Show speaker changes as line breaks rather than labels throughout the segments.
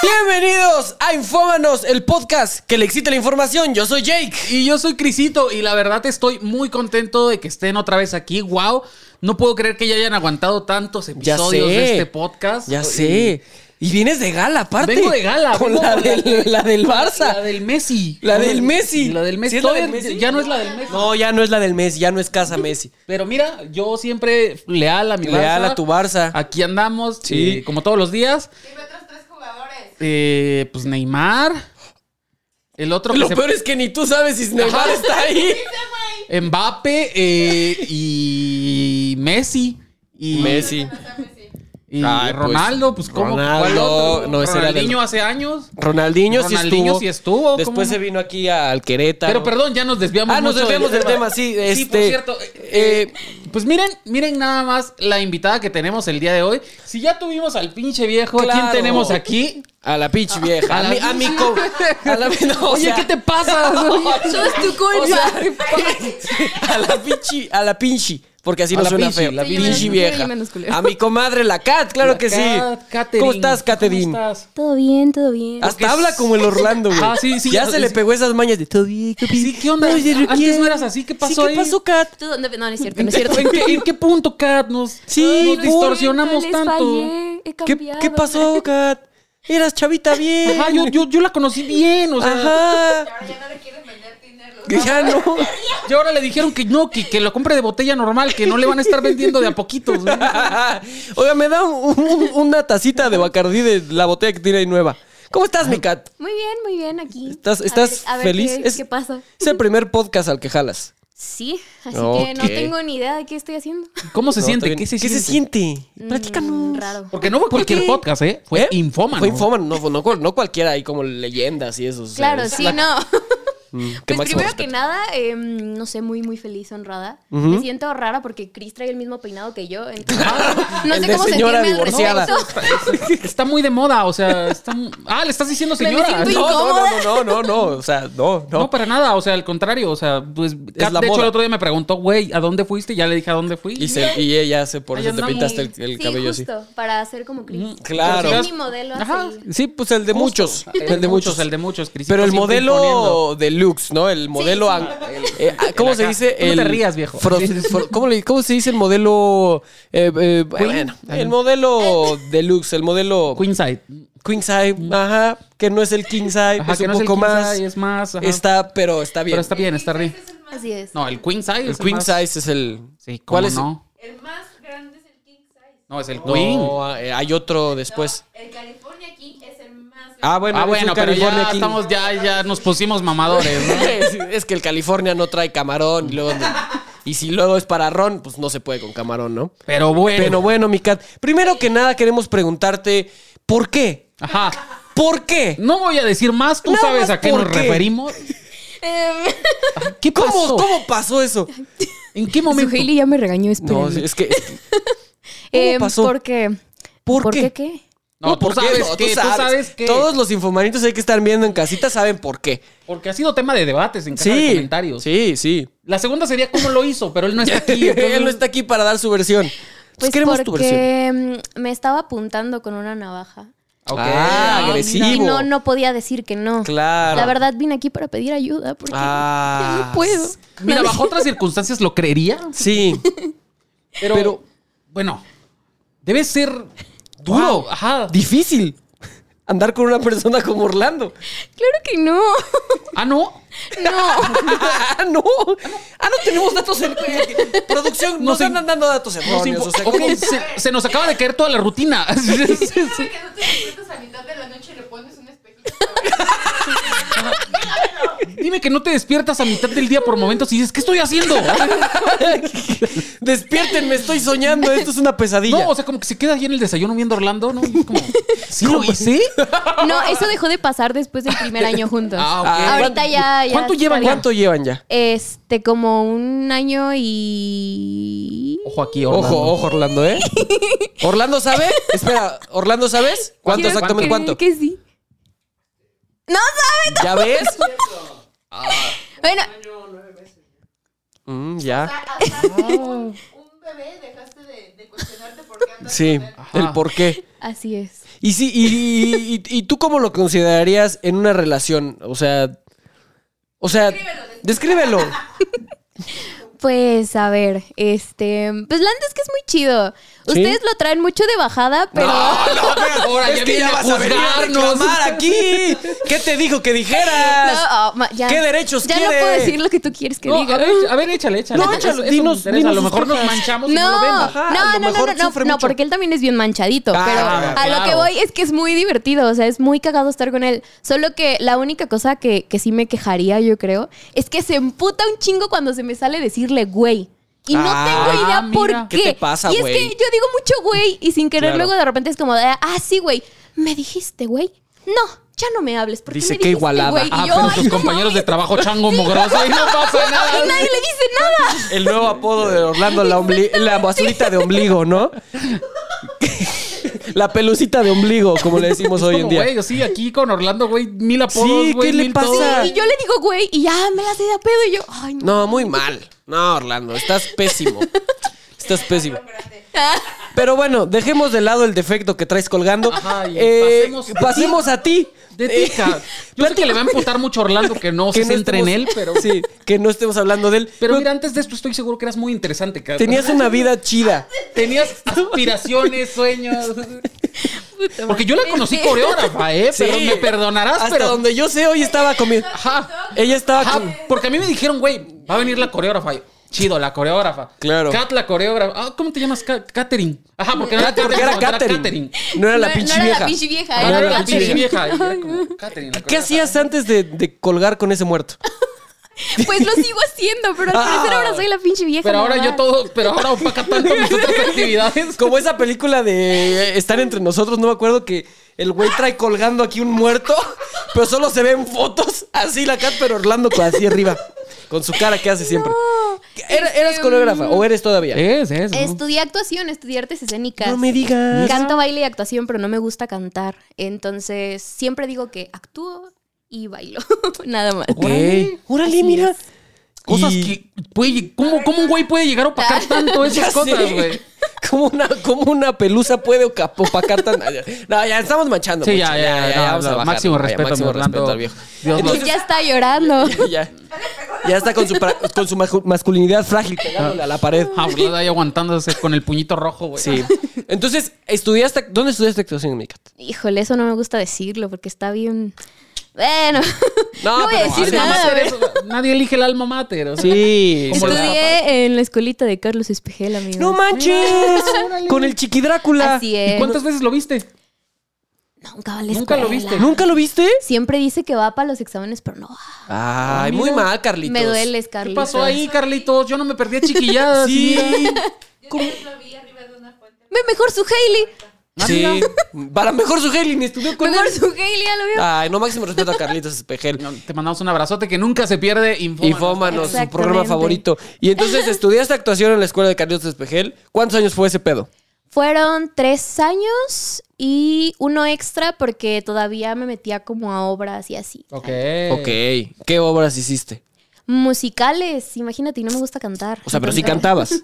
Bienvenidos a Infómanos, el podcast que le excita la información. Yo soy Jake.
Y yo soy Crisito y la verdad estoy muy contento de que estén otra vez aquí. Wow, no puedo creer que ya hayan aguantado tantos
Ya
episodios
sé.
de este podcast.
Ya
Y-
sé. Y vienes de gala, aparte.
Vengo de gala,
Con
vengo
la
con la-
del, la del
La
Barça.
del Messi.
La del Messi.
La del Messi.
¿Sí es la del
Todavía
Messi?
Ya no es la del Messi.
No, ya no es la del Messi, ya no es casa Messi.
Pero mira, yo siempre leal a mi
Leal
Barça.
a tu Barça.
Aquí andamos,
Sí.
eh, como todos los días.
Dime otros tres jugadores.
Eh, pues Neymar. El otro que
Lo
se-
peor es que ni tú sabes si Neymar está ahí.
Dice, güey.
Mbappe eh, y Messi. Y
Messi.
No sé, Messi.
Y
Ay, pues,
Ronaldo, pues, ¿cómo? ¿Cuál
Ronaldo,
otro?
no, ese era
Ronaldinho
del-
hace años.
Ronaldinho, sí
Ronaldinho
estuvo.
sí estuvo, ¿cómo
Después
no?
se vino aquí al Querétaro.
Pero perdón, ya nos desviamos
Ah, nos
mucho
desviamos del tema, sí.
Sí, por
este,
cierto,
eh,
eh, pues miren, miren nada más la invitada que tenemos el día de hoy. Si ya tuvimos al pinche viejo, ¿a
Claro.
¿quién tenemos aquí?
A la pinche vieja. A,
la
mi, a mi co- a la, no, o
Oye,
sea,
¿qué te pasa?
Todo es tu
o
culpa.
sea, a la pinche, a la pinche, porque así
A
no
la
suena
pinche,
feo.
la
Sí, yo menos-
pinche
yo
vieja.
menos culero.
A mi comadre la Cat, claro que sí. ¿Cómo estás, Catedin?
Caterin?
Todo bien, todo bien.
Hasta habla como el Orlando, güey.
Ah, sí, sí,
Ya
o
se
sea,
le
sí.
pegó esas mañas de todo bien, Capi".
Sí, ¿qué onda?
Oye,
Antes
Ruquier.
no eras así, ¿qué pasó
Sí, ¿Qué
ahí?
pasó, Cat?
¿Tú dónde? No, no es cierto,
¿En
no es
qué,
cierto.
en qué- en qué punto, Cat? Nos,
Sí,
nos
por-
distorsionamos tanto.
¿Qué, qué pasó, Cat? Eras chavita bien.
Ajá, yo, yo, yo la conocí bien, o sea.
Y
Ajá.
ahora ya no le quieren vender dinero.
Que Ya no.
Y ahora le dijeron que no, que, que lo compre de botella normal, que no le van a estar vendiendo de a poquitos. güey.
Oiga, me da un- un- una tacita de Bacardí de la botella que tiene ahí nueva. ¿Cómo estás, mi Cat?
Muy bien, muy bien, aquí.
¿Estás,
A
estás
ver- a ver
feliz?
qué- ¿Qué pasa?
Es el primer podcast al que jalas.
Sí, así que
Ok.
no tengo ni idea de qué estoy haciendo.
¿Cómo
No,
se
está
siente?
bien.
¿Qué se, siente?
siente? Platícanos.
Mm, Raro.
Porque no fue cualquier
qué?
podcast, ¿eh? Fue
¿Eh?
Infómano.
Fue infómano, no, no, cual- no cualquiera, hay como leyendas y eso. o sea,
Claro,
es
sí,
la-
no.
Mm, qué
Pues
máximo
primero que
respeto.
nada, eh, no sé, muy, muy feliz, honrada. Me siento rara porque Chris trae el mismo peinado que yo. entonces, no
El
sé
de
cómo
señora
sentirme
divorciada.
al respecto.
Está muy de moda, o sea, está... Ah, le estás diciendo
me
señora.
siento
no,
incómoda. pues,
No, no, no, no, no, no, o sea, no,
no,
no.
para nada, o sea, al contrario, o sea, pues... Kat,
la
de hecho,
moda.
el otro día me preguntó, güey, ¿a dónde fuiste? Y ya le dije a dónde fui.
Y, se- y ella hace por
Ahí
eso te
andamos.
pintaste el, el
sí,
cabello así.
justo, para hacer como
Mm.
Chris.
Claro.
Soy mi modelo
"Mm, Ajá.
así.
Sí, pues el de
Justo.
muchos. El de muchos.
el de muchos. Crisito
Pero el
siempre imponiendo.
modelo deluxe, ¿no? El modelo. ang- eh, ah, ¿Cómo
el
se
acá.
dice?
Tú no
el
te rías, viejo.
fro-
Sí, sí, sí.
fro- ¿cómo, le- cómo se dice el modelo. eh, eh, bueno, el
Eh.
modelo deluxe, el modelo.
Queen Side.
Queen side, ajá, que no es el king side,
Ajá,
es
que
un
no es el
poco
king
más.
size, es más, ajá.
Está, pero está bien.
Pero está bien, está bien.
Ese es el más-
Así es.
No, el Queen Size.
el queen
más-
size es el.
Sí, ¿cómo
¿Cuál es?
no?
El más grande es el King Size.
No, es el
No,
Queen.
eh, hay otro después.
El California King es el más grande.
Ah, bueno,
ah,
es
bueno,
un
pero
California
ya
king.
estamos, ya, ya nos pusimos mamadores, ¿no?
es, es que el California no trae camarón y luego. Y si luego es para ron, pues no se puede con camarón, ¿no?
Pero bueno.
Pero bueno, mi Kat, primero que nada queremos preguntarte, ¿por qué?
Ajá.
¿Por qué?
No voy a decir más, tú
Nada
sabes
más
a qué
por
nos
qué.
referimos.
Em,
¿Qué
¿Cómo
pasó?
cómo pasó eso?
¿En qué momento?
Suheili ya me regañó, espérenme.
No, es que... es que-
Em,
pasó?
Porque,
¿Por
¿Por
qué? Pues
qué qué?
No, tú
¿por qué?
sabes
No,
que, tú sabes que.
Todos los infomanitos hay que estar viendo en casita saben por qué.
Porque ha sido tema de debates en caja de comentarios.
sí, sí.
La segunda sería cómo lo hizo, pero él no está aquí. entonces-
Él no está aquí para dar su versión. Pues
Pues
queremos tu versión.
porque mm, me estaba apuntando con una navaja.
Ok.
Ah,
mira.
agresivo.
Y no, no podía decir que no.
Claro.
La verdad, vine aquí para pedir ayuda porque
Ah.
ya no puedo.
Mira, bajo otras circunstancias lo creería,
Sí.
pero.
Pero-
bueno, debe ser duro.
Wow.
Ajá.
Difícil andar con una persona como Orlando.
Claro que no.
Ah, no.
No.
¡Ah, no! ¡Ah, no tenemos datos en... Producción, nos,
Nos in-
andan dando datos
Nos
erróneos.
info-
O sea,
Ok,
¿cómo-
se, se nos acaba de caer toda la rutina.
¿Sí sabe que no te despiertas a mitad de la noche y le pones un espejito?
Dime que no te despiertas a mitad del día por momentos y dices, ¿qué estoy haciendo?
Despiértenme, estoy soñando. Esto es una pesadilla.
No, o sea, como que se queda ahí en el desayuno viendo Orlando, ¿no? Y es como, ¿sí lo hice?
No, eso dejó de pasar después del primer año juntos.
Ah, ok.
Ahorita ya, ya
¿Cuánto llevan
está bien.
¿Cuánto llevan ya?
Este, como un año y.
Ojo aquí, Orlando.
Ojo, ojo, Orlando, ¿eh? ¿Orlando sabe? Espera, ¿Orlando sabes? ¿Cuánto
Quiero
exactamente?
creer
¿Cuánto?
Que sí. No sabe.
¿Ya ves?
Bueno,
Mm, ya. Mm,
Hasta, hasta un, un bebé dejaste de, de cuestionarte por qué andas
Sí,
con él.
Ajá.
el por qué.
Así es.
Y sí, y, y- y- y tú cómo lo considerarías en una relación, o sea, o sea, descríbelo.
Pues a ver, este, pues la neta es que es muy chido.
¿Sí?
Ustedes lo traen mucho de bajada, pero
Ahora
es
ya
que
viene
ya
a
vas a venir a
juzgarnos.
reclamar aquí. ¿Qué te dijo que
No,
dijeras?
oh, ma- ya.
¿Qué derechos
Ya no
quiere?
puedo decir lo que tú quieres que
No,
diga.
a, ver, a ver, échale, échale.
No,
Eso-
échale,
eso me
dinos-
interesa.
dinos
a lo
sus
mejor nos
quejas.
manchamos y no lo
No,
vendo.
Ajá, a
no,
lo
no, no,
mejor
no,
sufre
no,
mucho.
porque él también es bien manchadito,
Ah,
pero a
claro.
lo que voy es que es muy divertido, o sea, es muy cagado estar con él. Solo que la única cosa que, que sí me quejaría, yo creo, es que se emputa un chingo cuando se me sale decirle güey. Y no
Ah,
tengo idea
mira.
por
¿Qué
qué.
te pasa,
y es
güey?
que yo digo mucho güey y sin querer
Claro.
luego de repente es como, de, ah, sí, güey, me dijiste güey. No, ya no me hables. Porque
Dice,
me
qué
dijiste,
igualada.
güey?". Y
Ah,
yo,
pero
"Ay,
sus
no
compañeros de
mames".
trabajo chango mogroso y no pasa
Y
nada.
nadie le dice nada.
El nuevo apodo de Orlando, la, ombli- la basurita de ombligo, ¿no? la pelucita de ombligo, como le decimos hoy en
Como,
día.
güey, sí, aquí con Orlando, güey, mil apodos,
Sí,
güey,
¿qué le
mil
pasa?
todo.
sea-
Sí, y yo le digo, güey, y ya me la sé de a pedo. Y yo, ay, no.
No, muy mal. No, Orlando, estás pésimo. Estás pésimo.
Grande.
Pero bueno, dejemos de lado el defecto que traes colgando. Eh,
Ajá, y pasemos a ti.
pasemos a ti.
De
Eh,
tica. Yo sé que le va a emputar mucho a Orlando que no
que
se centre en él,
estemos-
pero.
Sí, que no estemos hablando de él.
Pero
Pero
mira, antes de esto estoy seguro que eras muy interesante, cara.
tenías una vida chida.
Tenías aspiraciones, sueños. Porque yo la conocí coreógrafa, ¿eh? Pero me perdonarás,
Hasta
pero.
donde yo sé, hoy estaba comiendo.
Ajá.
Ella estaba
Ajá,
con-
Ah, porque a mí me dijeron, güey, va a venir la coreógrafa. Yo, Chido, la coreógrafa.
Claro.
Kat, la coreógrafa. Ah, ¿Cómo te llamas? Ka- Katherine. Ajá, porque, no
Porque era Katherine. No era la
No-
pinche
no era la
vieja.
pinche vieja,
Ah,
era
era la
Katherine.
pinche vieja. Y era como, Katherine, la
¿Qué
coreógrafa.
hacías antes de, de colgar con ese muerto?
Pues lo sigo haciendo, pero al
Ah.
parecer ahora soy la pinche vieja.
Pero ahora yo
normal.
todo, pero ahora opaca tanto mis otras actividades.
Como esa película de eh, Estar entre nosotros, no me acuerdo que el güey trae colgando aquí un muerto, pero solo se ven fotos así la cat, pero Orlando con- así arriba, con su cara que hace siempre. Era- ¿Eras
este,
coreógrafa o eres todavía?
Es, es. ¿no?
Estudié actuación, estudié artes escénicas.
No me digas.
Canto, baile y actuación, pero no me gusta cantar. Entonces siempre digo que actúo y bailo. Nada más.
Ok. Órale, mira.
Cosas
Y-
que. Güey, ¿cómo, ¿cómo un güey puede llegar a opacar tanto
Ya
esas
sé.
cosas, güey?
Como una, como una pelusa puede oca- opacar tan. No, ya estamos manchando.
Sí,
mucho.
ya, ya, ya,
vamos a
ya,
bajarlo.
Máximo
Vaya,
respeto,
máximo
mi Orlando.
respeto al viejo.
Dios lo-
Entonces-
Ya está llorando.
ya. Ya está con su, pra- con su maju- masculinidad frágil pegándole a la pared.
Ah, Orlando ahí aguantándose con el puñito rojo, güey.
Sí. Entonces, ¿estudiaste? ¿Dónde estudiaste actuación, Mikat?
Híjole, eso no me gusta decirlo porque está bien. Bueno,
No,
no, voy a
pero
decir
alma
nada.
Hacer
¿verdad?
eso, Nadie elige el alma mater. o sea.
Sí.
Como la-
Estudié en la escuelita de Carlos Espejel, amigo.
¡No manches! con el Chiqui Drácula.
Así es.
¿Y cuántas veces lo viste?
Nunca va a la
Nunca lo
escuela.
viste.
¿Nunca lo viste?
Siempre dice que va para los exámenes, pero no va.
Ay,
mira.
muy mal, Carlitos. Ah,
Me dueles,
Ah, ¿Qué
Carlitos.
pasó ahí, Carlitos? Yo no me perdí a chiquilladas.
Sí.
mira.
Yo también lo vi arriba de una fuente.
Ve mejor su Hailey.
Sí. Para mejor su Heli, ni estudió con
Mejor
él.
su Hailey, ya lo
Ah.
vio.
Ay, no, máximo respeto a Carlitos Espejel.
No, te mandamos un abrazote que nunca se pierde.
Y
Infómanos.
Fómanos, su
Exactamente.
programa favorito. Y entonces estudiaste actuación en la escuela de Carlitos Espejel. ¿Cuántos años fue ese pedo?
Fueron tres años y uno extra porque todavía me metía como a obras y así.
Ok.
Ok. ¿Qué obras hiciste?
Musicales, imagínate, y no me gusta cantar.
O sea, pero sí
Entonces-
cantabas.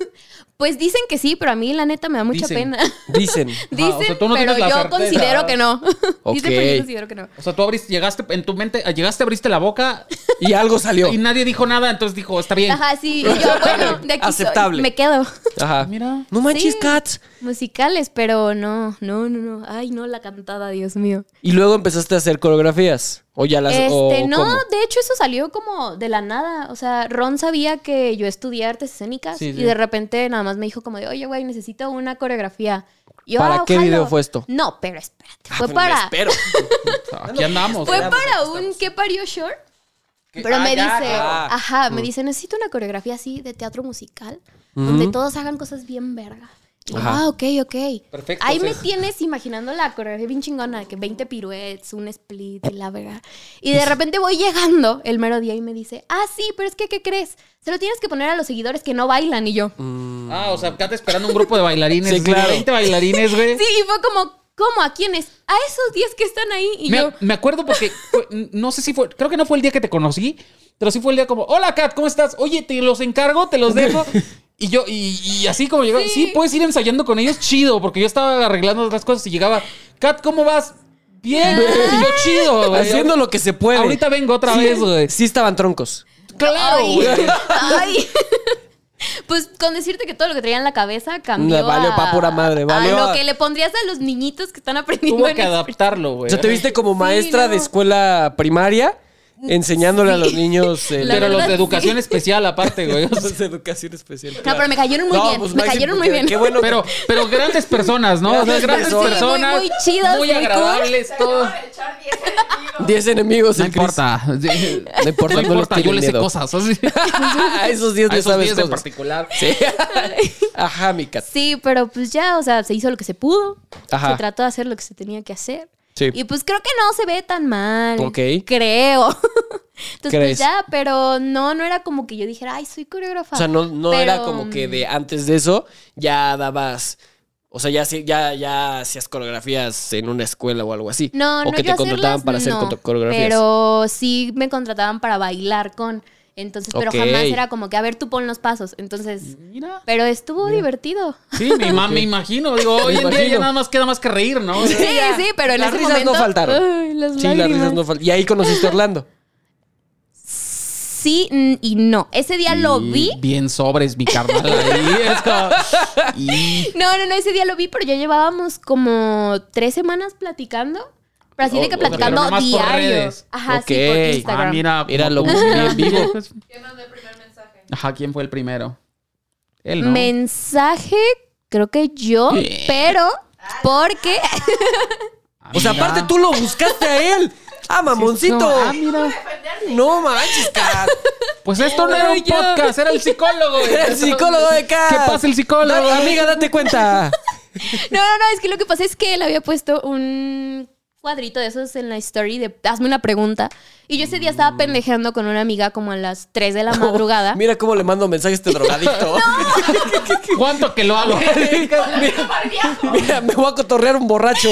Pues dicen que sí, pero a mí la neta me da mucha
Dicen.
pena.
Dicen.
Dicen,
o sea, tú no
pero
tienes la
yo
certeza.
considero que no. Dicen, pero
Ok.
yo considero que no.
O sea, tú abriste, llegaste en tu mente, llegaste, abriste la boca
Y algo salió.
y nadie dijo nada, entonces dijo, está bien.
Ajá, sí. y Yo, bueno, de aquí soy.
Aceptable.
me quedo.
Ajá.
Mira.
No manches,
Sí.
Cats.
Musicales, pero no, no, no, no. Ay, no, la cantada, Dios mío.
Y luego empezaste a hacer coreografías. O ya las. o
Este, no,
cómo? Ah,
de hecho eso salió como de la nada. O sea, Ron sabía que yo estudié artes escénicas
Sí, sí.
y de repente nada más me dijo como de, oye, güey, necesito una coreografía. Y yo,
¿Para
"Ah,
qué
ojalá".
video fue esto?
No, pero espérate.
Ah, pero
fue
me
para,
Espero.
Aquí andamos.
fue
Esperamos,
para un ¿Qué parió short?
¿Qué?
Pero
Ah,
me
ya,
dice,
claro.
ajá, me dice, necesito una coreografía así de teatro musical,
Mm.
donde todos hagan cosas bien verga. Y yo,
Ajá.
ah, ok, ok.
Perfecto,
Ahí
o sea.
me tienes imaginando la coreografía bien chingona, que 20 piruetes, un split y la verga. Y
Pues
de repente voy llegando el mero día y me dice, ah, sí, pero es que, ¿qué crees? Se lo tienes que poner a los seguidores que no bailan y yo.
Ah, o sea, acá te esperando un grupo de bailarines.
Sí, claro.
20 bailarines, güey.
Sí, y fue como, ¿cómo? ¿A quiénes? A esos 10 que están ahí. Y
Me,
yo,
me acuerdo porque fue- no sé si fue, creo que no fue el día que te conocí, pero sí fue el día como, hola Kat, ¿cómo estás? Oye, te los encargo, te los dejo. Y yo, y, y así como llegaba, sí. puedes ir ensayando con ellos, chido, porque yo estaba arreglando otras cosas y llegaba, Kat, ¿cómo vas? Bien, y yo chido, güey.
Haciendo lo que se puede.
Ahorita vengo otra
Sí,
vez, güey.
Sí estaban troncos.
Claro,
Ay,
güey.
ay. Pues con decirte que todo lo que traía en la cabeza cambió.
No, valió
a-
pa' pura madre,
a
valió
lo
a-
que le pondrías a los niñitos que están aprendiendo.
Tuvo
en
que
es-
adaptarlo,
O
güey.
sea, te viste como
Sí,
maestra de
luego-
escuela primaria enseñándole a los niños el-
La
Pero los
verdad,
de educación
sí.
especial aparte, güey. O sea,
los de educación especial.
No, pero me cayeron muy bien. me
Maxi,
cayeron muy
pues, porque-
bien.
Qué bueno.
Pero, pero grandes personas, ¿no? O sea,
Grandes
grandes
personas.
personas.
Sí, muy- muy chidas,
muy
muy cool.
agradables, todo.
de echar 10 enemigos.
10 enemigos.
No
el Chris.
importa. No
importa, no les tiene
yo le sé
miedo.
cosas. así.
A esos 10
A
le
esos
sabes
10 en
cosas.
particular.
Sí. Ajá, mi cat.
Sí, pero pues ya, o sea, se hizo lo que se pudo.
Ajá.
Se trató de hacer lo que se tenía que hacer.
Sí.
Y pues creo que no se ve tan mal.
Ok.
Creo. Entonces
¿Crees?
pues ya, pero no, no era como que yo dijera, ay, soy coreógrafa.
O sea, no, no era
Pero, mm.
como que de antes de eso ya dabas. O sea, ya, hacía- ya, ya hacías coreografías en una escuela o algo así.
No,
o
no
que
yo
te contrataban
hacerlas,
para hacer
no,
coto- coreografías.
Pero sí me contrataban para bailar con. Entonces, pero
Ok.
jamás era como que, a ver, tú pon los pasos. Entonces,
Mira.
pero estuvo divertido.
Sí, mi mamá, me imagino. Digo, hoy en día ya
imagino.
nada más queda más que reír, ¿no?
Sí, sí, pero en
las
ese
risas
momento.
no faltaron.
Ay, las
sí, las
lágrimas.
risas no faltan. Y ahí conociste a Orlando.
Sí mm, y no. Ese día lo vi.
Bien sobres, mi carnal. Ahí es como- Y-
No, no, no, ese día lo vi, pero ya llevábamos como tres semanas platicando. Pero así de
Oh,
que
ok. Pero
platicando
nomás por
diario.
redes.
Ajá,
Ok. Ah,
sí, por Instagram.
Ah, mira. como-
Míralo, bien vivo.
¿Quién mandó el primer mensaje?
Ajá, ¿quién fue el primero? Él, ¿no?
Mensaje, creo que yo,
Eh.
pero porque.
O sea,
Amiga.
aparte tú lo buscaste a él. ¡Ah, mamoncito!
No, ah, mira.
No manches, Kat.
Pues esto no era un
Ya.
podcast, era el psicólogo. güey.
Era el psicólogo de Kat.
¿Qué pasa el psicólogo?
Da- amiga, date cuenta.
No, no, no, es que lo que pasa es que él había puesto un cuadrito de esos en la story de hazme una pregunta. Y yo ese día estaba pendejeando con una amiga como a las 3 de la madrugada.
Oh, Mira cómo le mando mensaje a este drogadicto.
¿Cuánto que lo hago?
Mira, me voy a cotorrear un borracho.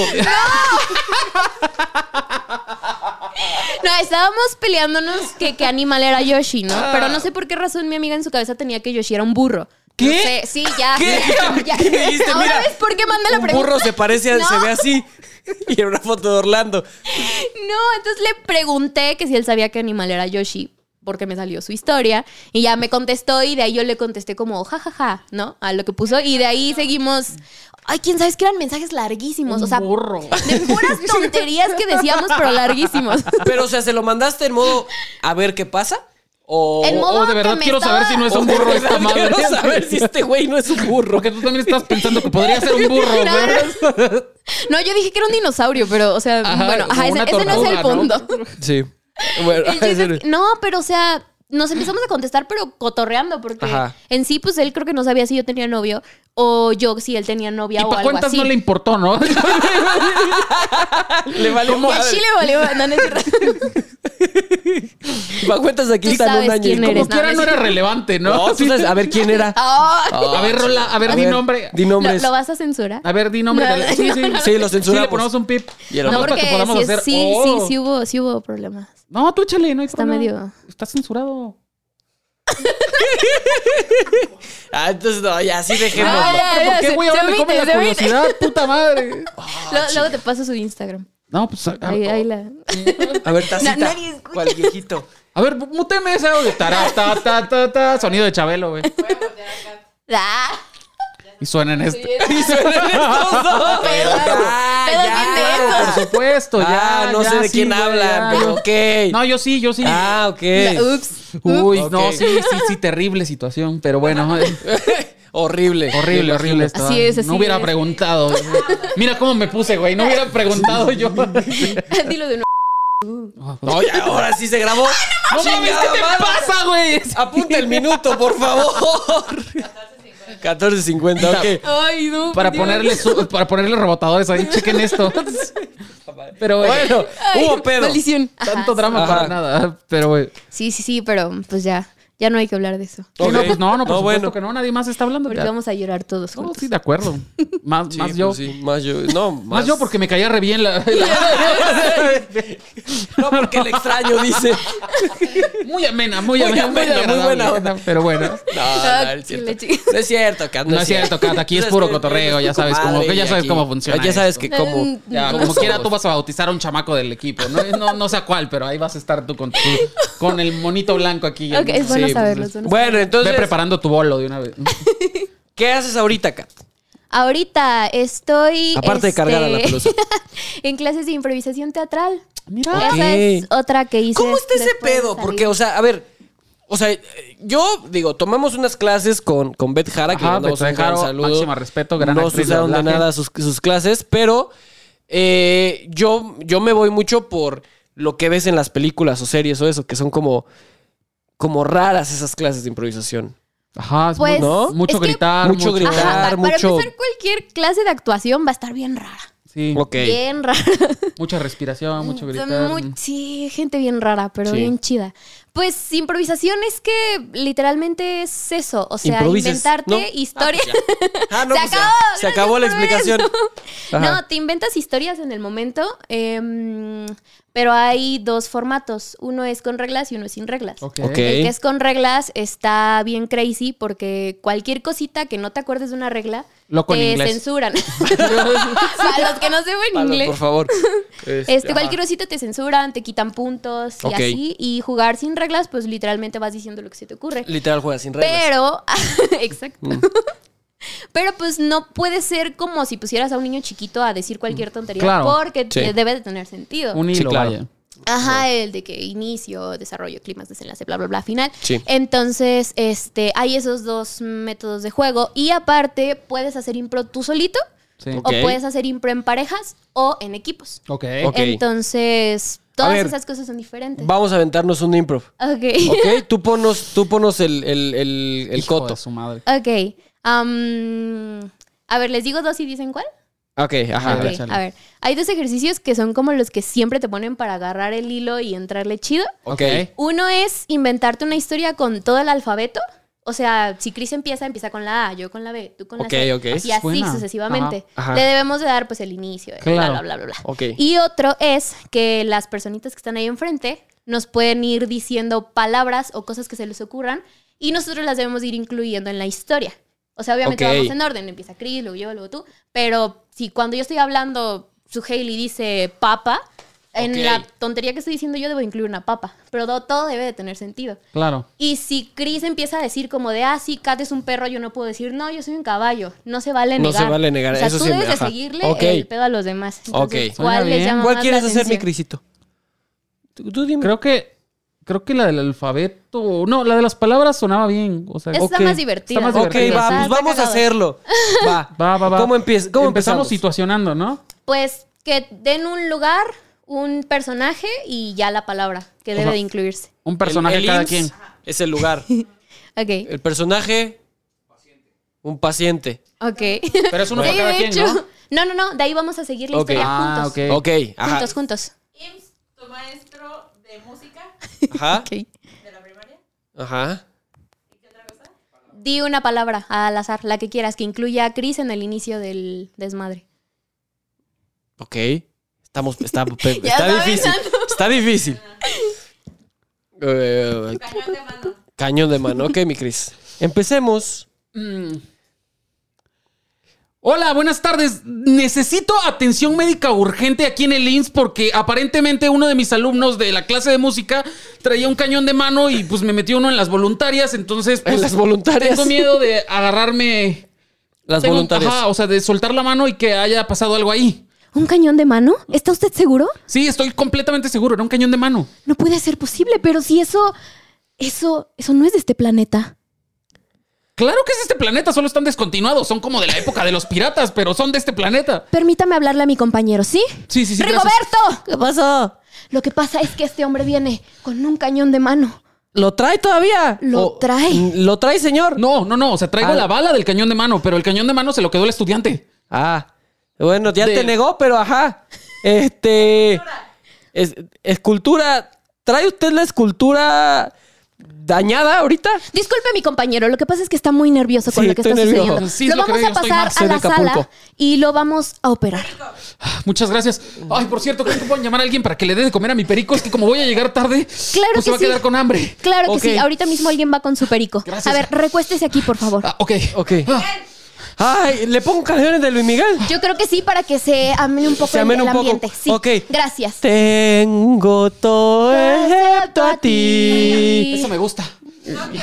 No, estábamos peleándonos que qué animal era Yoshi, ¿no?
Ah.
Pero no sé por qué razón mi amiga en su cabeza tenía que Yoshi era un burro.
¿Qué?
No sé, sí, ya.
¿Qué?
ya.
¿Qué dijiste?
Ahora
Mira,
ves por qué mandé la
Un
pregunta.
burro se parece, a- se ve así. Y era una foto de Orlando.
No, entonces le pregunté que si él sabía qué animal era Yoshi, porque me salió su historia. Y ya me contestó y de ahí yo le contesté como jajaja, ¿no? A lo que puso. Y de ahí seguimos. Ay, quién sabe, es que eran mensajes larguísimos. o sea,
burro.
de puras tonterías que decíamos, pero larguísimos.
Pero, o sea, ¿se lo mandaste en modo a ver qué pasa? O.
En modo
O de
que
verdad
me
quiero
estaba-
saber si no es
o
un
de
burro
verdad
esta madre.
Quiero saber si este güey no es un burro.
Porque tú también estás pensando que podría ser un burro.
No,
¿verdad?
No, yo dije que era un dinosaurio, pero, o sea,
Ajá,
bueno, ajá,
o
ese,
una
ese no es el
tortuga, ¿no?
punto.
Sí. Bueno,
El chiste es que- no, pero o sea, nos empezamos a contestar, pero cotorreando, porque
Ajá.
en sí, pues él creo que no sabía si yo tenía novio o yo si él tenía novia
Y
o
para
algo
cuentas
así.
no le importó, ¿no?
le vale
y a Chile valió. No, no es cierto.
Va cuentas aquí
Tú
están un
sabes
año
quién
y
Como
eres,
como...
no,
quiera
no
no era
es cierto.
relevante, ¿no?
No, tú sabes, a ver quién era.
Ah,
A ver, Rola, a ver, di
ver,
nombre.
Di nombres.
¿Lo, lo vas a censurar?
A ver, di nombre. de la- Sí,
Sí,
sí,
lo
Sí, le
censuramos.
ponemos un pip.
Y el
Nada
No,
más para
porque
que podamos
sí,
hacer-
sí,
Oh.
sí, sí hubo, sí hubo problemas.
No, tú échale, no hay
Está
problema.
medio-
Está censurado.
Ah, entonces no, ya, así dejemos.
No, ya, ya,
¿Por qué,
se-
güey?
se
Ahora me
omite,
come la
se omite.
curiosidad, puta madre.
Lo- luego te paso su Instagram.
No, pues. A,
Ahí, ahí la...
A ver, tacita.
Na- nadie escucha.
¿Cuál viejito?
a ver, muteme ese audio. Tará, ta, ta, ta, ta, sonido de Chabelo, güey.
Voy a voltear acá.
Ah,
Y suena en este.
Y suenan estos dos.
Pero-
Ah,
pero
ya, claro,
dime eso.
por
Por
supuesto.
supuesto, ya.
Ah, no
ya,
sé de
sí,
quién
güey,
hablan,
ya.
pero ok.
No, uh. yo sí, yo sí.
Ah, ok.
la- ups.
Uy,
Ok.
no, sí, sí, sí, terrible situación, pero bueno, eh,
horrible.
horrible, horrible esto.
Así es, así
No hubiera
es.
preguntado. Mira cómo me puse, güey, no hubiera preguntado yo. No
Dilo de nuevo.
No, ya, ahora sí se grabó. ¡No
mames, ¿qué te pasa, güey?
Apunta el minuto, por favor. 14.50, ok.
Ay, no.
Para
Dios.
ponerle su- para ponerle rebotadores ahí, chequen esto. Pero bueno,
Bueno,
Ay,
hubo pedo.
Maldición. Ajá,
tanto drama
Ajá.
para nada, pero güey.
Sí, sí, sí, pero pues ya. Ya no hay que hablar de eso.
Sí, no,
Ok.
pues no, no, por
No,
supuesto
bueno.
que no, nadie más está hablando.
Porque
Ya.
vamos a llorar todos
No,
juntos.
sí, de acuerdo. Más,
Sí,
más
pues
yo.
sí, más yo. No, más,
Más yo porque me caía re bien la-
No, porque el extraño dice.
Muy amena, muy,
Muy
amena, muy
amena, muy
agradable,
buena onda.
Pero bueno.
No,
Ah,
no, es
sí,
cierto.
la chica.
No es cierto, Kat.
No es cierto, Kat, aquí es puro cotorreo, ya sabes cómo-
que
que ya sabes cómo funciona
Ya sabes
esto.
que
Em,
cómo.
Ya, como quiera, tú vas a bautizar a un chamaco del equipo. No, no, no sé a cuál, pero ahí vas a estar tú con, tu, con el monito blanco aquí.
Ok, es bueno
Sí,
saberlo.
pues,
es bueno
Bueno,
Ve
entonces,
preparando tu bolo de una vez.
¿qué haces ahorita, Kat?
saberlo. Ahorita estoy.
Aparte de cargar a la
este,
pelusa.
en clases de improvisación teatral.
Ah, Mira.
Esa es
Ok.
otra que hice.
¿Cómo está ese
después de
pedo?
salir.
Porque, o sea, a ver. O sea, eh, yo digo, tomamos unas clases con, con Beth Jara, que
Ajá,
le mandamos
Beth
un gran
Jara,
saludo.
máximo respeto, gran
No se
actriz de
usaron de
doblaje.
nada sus, sus clases, pero eh, yo, yo me voy mucho por lo que ves en las películas o series o eso, que son como, como raras esas clases de improvisación.
Ajá, es
Pues,
mu- mucho
es que-
gritar,
Mucho
mucho
gritar.
gritar.
Ajá, pa- para
mucho-
empezar, cualquier clase de actuación va a estar bien rara.
Sí,
Ok.
Bien rara.
mucha respiración, mucho gritar.
Mu- sí, gente bien rara, pero
Sí.
bien chida. Pues improvisación es que literalmente es eso. O sea,
Improvises,
inventarte
¿no? pues
historia.
Ah, no,
se
pues ya.
acabó.
Se acabó la
gracias
explicación.
por eso.
Ajá.
No, te inventas historias en el momento, em, pero hay dos formatos. Uno es con reglas y uno es sin reglas.
Ok.
Ok.
El que es con reglas está bien crazy porque cualquier cosita que no te acuerdes de una regla
Loco en
te
inglés.
censuran. Para los que no sepan
Palo,
inglés.
por favor.
Este,
ajá.
cualquier cosita te censuran, te quitan puntos y
Ok.
así. Y jugar sin reglas, pues literalmente vas diciendo lo que se te ocurre.
Literal juega sin reglas. Mm.
Pero, exacto. Pero pues no puede ser como si pusieras a un niño chiquito a decir cualquier tontería
Claro.
porque te-
Sí.
debe de tener sentido.
Un hilo,
Sí, claro.
vaya.
Ajá, el de que inicio, desarrollo, climas, desenlace, bla, bla, bla, final.
Sí.
Entonces, este, hay esos dos métodos de juego. Y aparte, puedes hacer impro tú solito
Sí.
Ok.
o puedes hacer impro en parejas o en equipos.
Ok.
Ok.
Entonces, todas
ver.
esas cosas son diferentes.
Vamos a aventarnos un improv.
Ok.
Ok, tú ponos, tú ponos el, el, el, el
Hijo
coto.
de su madre.
Ok. am, a ver, ¿les digo dos y dicen cuál?
Ok, ajá.
A
Ok,
ver, chale.
a ver. Hay dos ejercicios que son como los que siempre te ponen para agarrar el hilo y entrarle chido.
Ok.
Uno es inventarte una historia con todo el alfabeto. O sea, si Cris empieza, empieza con la A, yo con la B, tú con la
Ok,
C.
ok.
Y así
Buena.
sucesivamente.
Ajá, ajá.
Le debemos de dar pues el inicio, eh,
Claro.
bla, bla, bla, bla, bla.
Ok.
Y otro es que las personitas que están ahí enfrente nos pueden ir diciendo palabras o cosas que se les ocurran y nosotros las debemos ir incluyendo en la historia. O sea, obviamente
Ok.
vamos en orden, empieza Cris, luego yo, luego tú, pero si cuando yo estoy hablando su Haley dice papa, en
Ok.
la tontería que estoy diciendo yo debo incluir una papa, pero do- todo debe de tener sentido.
Claro.
Y si Chris empieza a decir como de, ah, sí, Kat es un perro, yo no puedo decir, no, yo soy un caballo. No se vale
No
negar.
se vale negar,
O sea,
eso
tú
sí me-
debes de
ajá.
seguirle
Ok.
el pedo a los demás. Entonces,
Ok.
Suena
¿Cuál les
bien.
llama
¿Cuál
más
quieres
la
hacer, mi
atención?
Crisito? Tú, tú dime.
Creo que creo que la del alfabeto, no, la de las palabras sonaba bien, o sea,
Esa está
ok.
más divertida.
Está más
ok, va,
divertida.
Está-
pues
está
vamos a
cagado.
hacerlo. Va.
Va, va, va.
¿Cómo, empieza? ¿Cómo
empezamos
empezamos?
situacionando, ¿no?
Pues que den un lugar, un personaje y ya la palabra que debe
sea,
de incluirse.
Un personaje
El- el
cada
IMSS
quien.
Es el lugar.
Ok,
El personaje. Un paciente.
ok.
Pero es uno
Sí,
para cada
de
quien,
hecho.
¿no?
No, no, no, de ahí vamos a seguir la
Ok.
historia
Ah,
juntos.
ok.
Ok, ajá.
Juntos, juntos.
IMSS, tu maestro de música
Ajá.
Ok.
de la primaria.
Ajá.
Di una palabra al azar, la que quieras, que incluya a Chris en el inicio del desmadre.
Ok. Estamos. Está,
Ya
está
está
difícil. Está difícil. Eh,
Cañón de mano.
cañón de mano. Ok, mi Cris. Empecemos.
Mm. Hola, buenas tardes. Necesito atención médica urgente aquí en el INS porque aparentemente uno de mis alumnos de la clase de música traía un cañón de mano y pues me metió uno en las voluntarias, entonces pues
En las voluntarias.
tengo miedo de agarrarme
Las
Tengo-
voluntarias.
Ajá, o sea, de soltar la mano y que haya pasado algo ahí.
¿Un cañón de mano? ¿Está usted seguro?
Sí, estoy completamente seguro, era un cañón de mano.
No puede ser posible, pero si eso. Eso. Eso no es de este planeta.
Claro que es de este planeta, solo están descontinuados, son como de la época de los piratas, pero son de este planeta.
Permítame hablarle a mi compañero, ¿sí?
Sí, sí, sí. gracias.
¡Rigoberto! ¿Qué pasó? Lo que pasa es que este hombre viene con un cañón de mano.
¿Lo trae todavía?
Lo trae.
¿Lo trae, señor?
No, no, no, o sea, traigo
Ah.
la bala del cañón de mano, pero el cañón de mano se lo quedó el estudiante.
Ah, bueno, ya
De-
te negó, pero ajá. Este. es- escultura. ¿Trae usted la escultura dañada ahorita.
Disculpe, mi compañero, lo que pasa es que está muy nervioso con
Sí,
lo que
estoy
está
nervioso.
sucediendo.
Sí, es
lo
lo que
vamos
veo,
a
yo estoy
pasar
más
a la
cerca,
sala
Pulpo.
y lo vamos a operar.
Muchas gracias. Ay, por cierto, creo que pueden llamar a alguien para que le dé de comer a mi perico. Es que como voy a llegar tarde,
Claro
pues se
que
va
sí.
a quedar con hambre.
Claro que
Ok.
sí, ahorita mismo alguien va con su perico.
Gracias.
A ver, recuéstese aquí, por favor.
Ah, ok.
Ok.
Ah,
Ay, le pongo canciones de Luis Miguel.
Yo creo que sí, para que se amene un poco
Se amene
el,
un poco.
ambiente. Sí.
Ok.
Gracias.
Tengo todo esto a ti.
eso me gusta.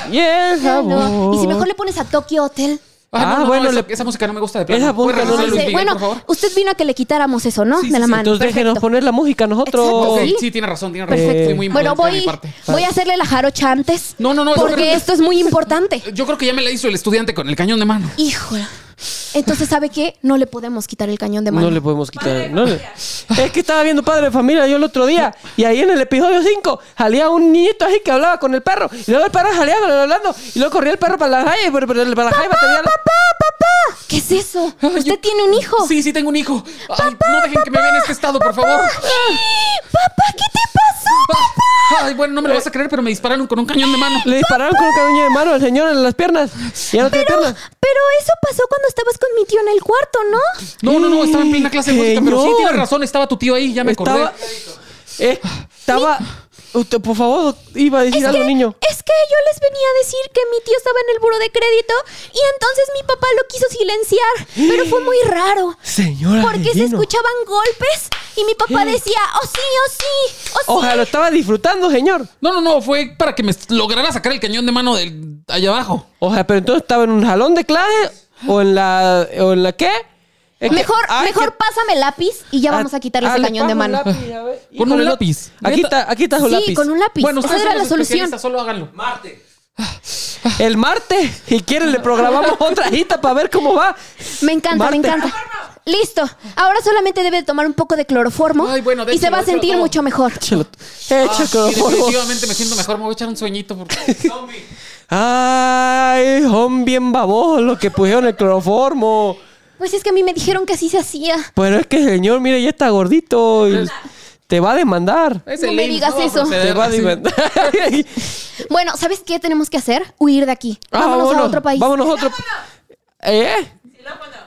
Y el
No.
sabor.
Y si mejor le pones a Tokyo Hotel.
Ay,
Ah,
no, no, no,
bueno,
esa,
le-
esa música no me gusta de plano.
Esa
¿Puede
música no
regresar
le-
Luis
Dice,
Miguel,
bueno,
por favor?
usted vino a que le quitáramos eso, ¿no?
Sí,
de
sí,
la
sí,
mano.
Entonces déjenos
Perfecto.
poner la música
Exacto.
nosotros.
Ok,
oh, ¿sí?
sí, tiene razón, tiene razón.
Perfecto.
Fui muy
bueno,
imprudente de
voy,
mi parte.
voy a hacerle la jarocha antes.
No, no, no, yo creo
Porque
que-
esto es muy importante.
Yo creo que ya me la hizo el estudiante con el cañón de mano.
Híjole. Entonces, ¿sabe qué? No le podemos quitar el cañón de mano.
No le podemos quitar.
Padre de
no le-
familia.
Es que estaba viendo Padre de Familia yo el otro día y ahí en el episodio 5 salía un niñito así que hablaba con el perro y luego el perro jaleaba hablando y luego corría el perro para la calle, pero, pero el- para la calle tenía la-
¿Qué es eso?
Ay,
¿Usted
yo-
tiene un hijo?
Sí, sí, tengo un hijo. Ay, no dejen que me vea en este estado, por favor.
Papá, ¿qué te pasó?
Ay, bueno, no me lo vas a creer, pero me dispararon con un cañón de mano.
Le dispararon con un cañón de mano al señor en las piernas. Ya no tiene piernas.
Pero eso pasó cuando estabas con mi tío en el cuarto, ¿no?
No, no, no, estaba en plena clase de música, pero sí,
Señor.
tiene razón, estaba tu tío ahí, ya me acordé.
Estaba. eh, estaba. Usted, por favor, iba a decir
Es
algo,
que,
niño.
es que yo les venía a decir que mi tío estaba en el buro de crédito y entonces mi papá lo quiso silenciar, pero fue muy raro.
Señora.
Porque se
Regino.
escuchaban golpes y mi papá decía, oh sí, oh sí, oh sí.
Ojalá lo estaba disfrutando, señor.
No, no, no, fue para que me lograra sacar el cañón de mano del allá abajo.
Ojalá, pero entonces estaba en un jalón de clase o en la. ¿O en la qué? Es que-
Mejor,
ay,
mejor
que-
pásame lápiz y ya vamos a quitarle
ah,
ese
le
cañón
paso
de
un
mano.
lápiz, a ver.
Con un
Híjole, no-
lápiz.
Aquí
Neta.
está, aquí está su
sí,
lápiz.
con un lápiz.
Bueno,
Esa
ustedes
era
son
la
los
solución.
especialistas, solo háganlo.
El martes, si quieren, le programamos otra cita para ver cómo va.
Me encanta,
Marte.
me encanta. Listo. Ahora solamente debe de tomar un poco de cloroformo
Ay, bueno,
y se
déjelo,
va a sentir
déjelo.
mucho mejor.
Échalo. Échalo,
Y
por favor.
definitivamente me siento mejor, me voy a echar un sueñito porque
Ay, son bien babosos los que pusieron el cloroformo.
Pues es que a mí me dijeron que así se hacía.
Pero es que señor, mire, ya está gordito. y te va a demandar.
es
No
el
me
IMSS,
digas
va a
eso.
proceder
Te va a
así.
demandar. Ah,
Bueno, ¿sabes qué tenemos que hacer? Huir de aquí.
Ah,
Vámonos a otro país.
Vámonos a otro. ¿Eh?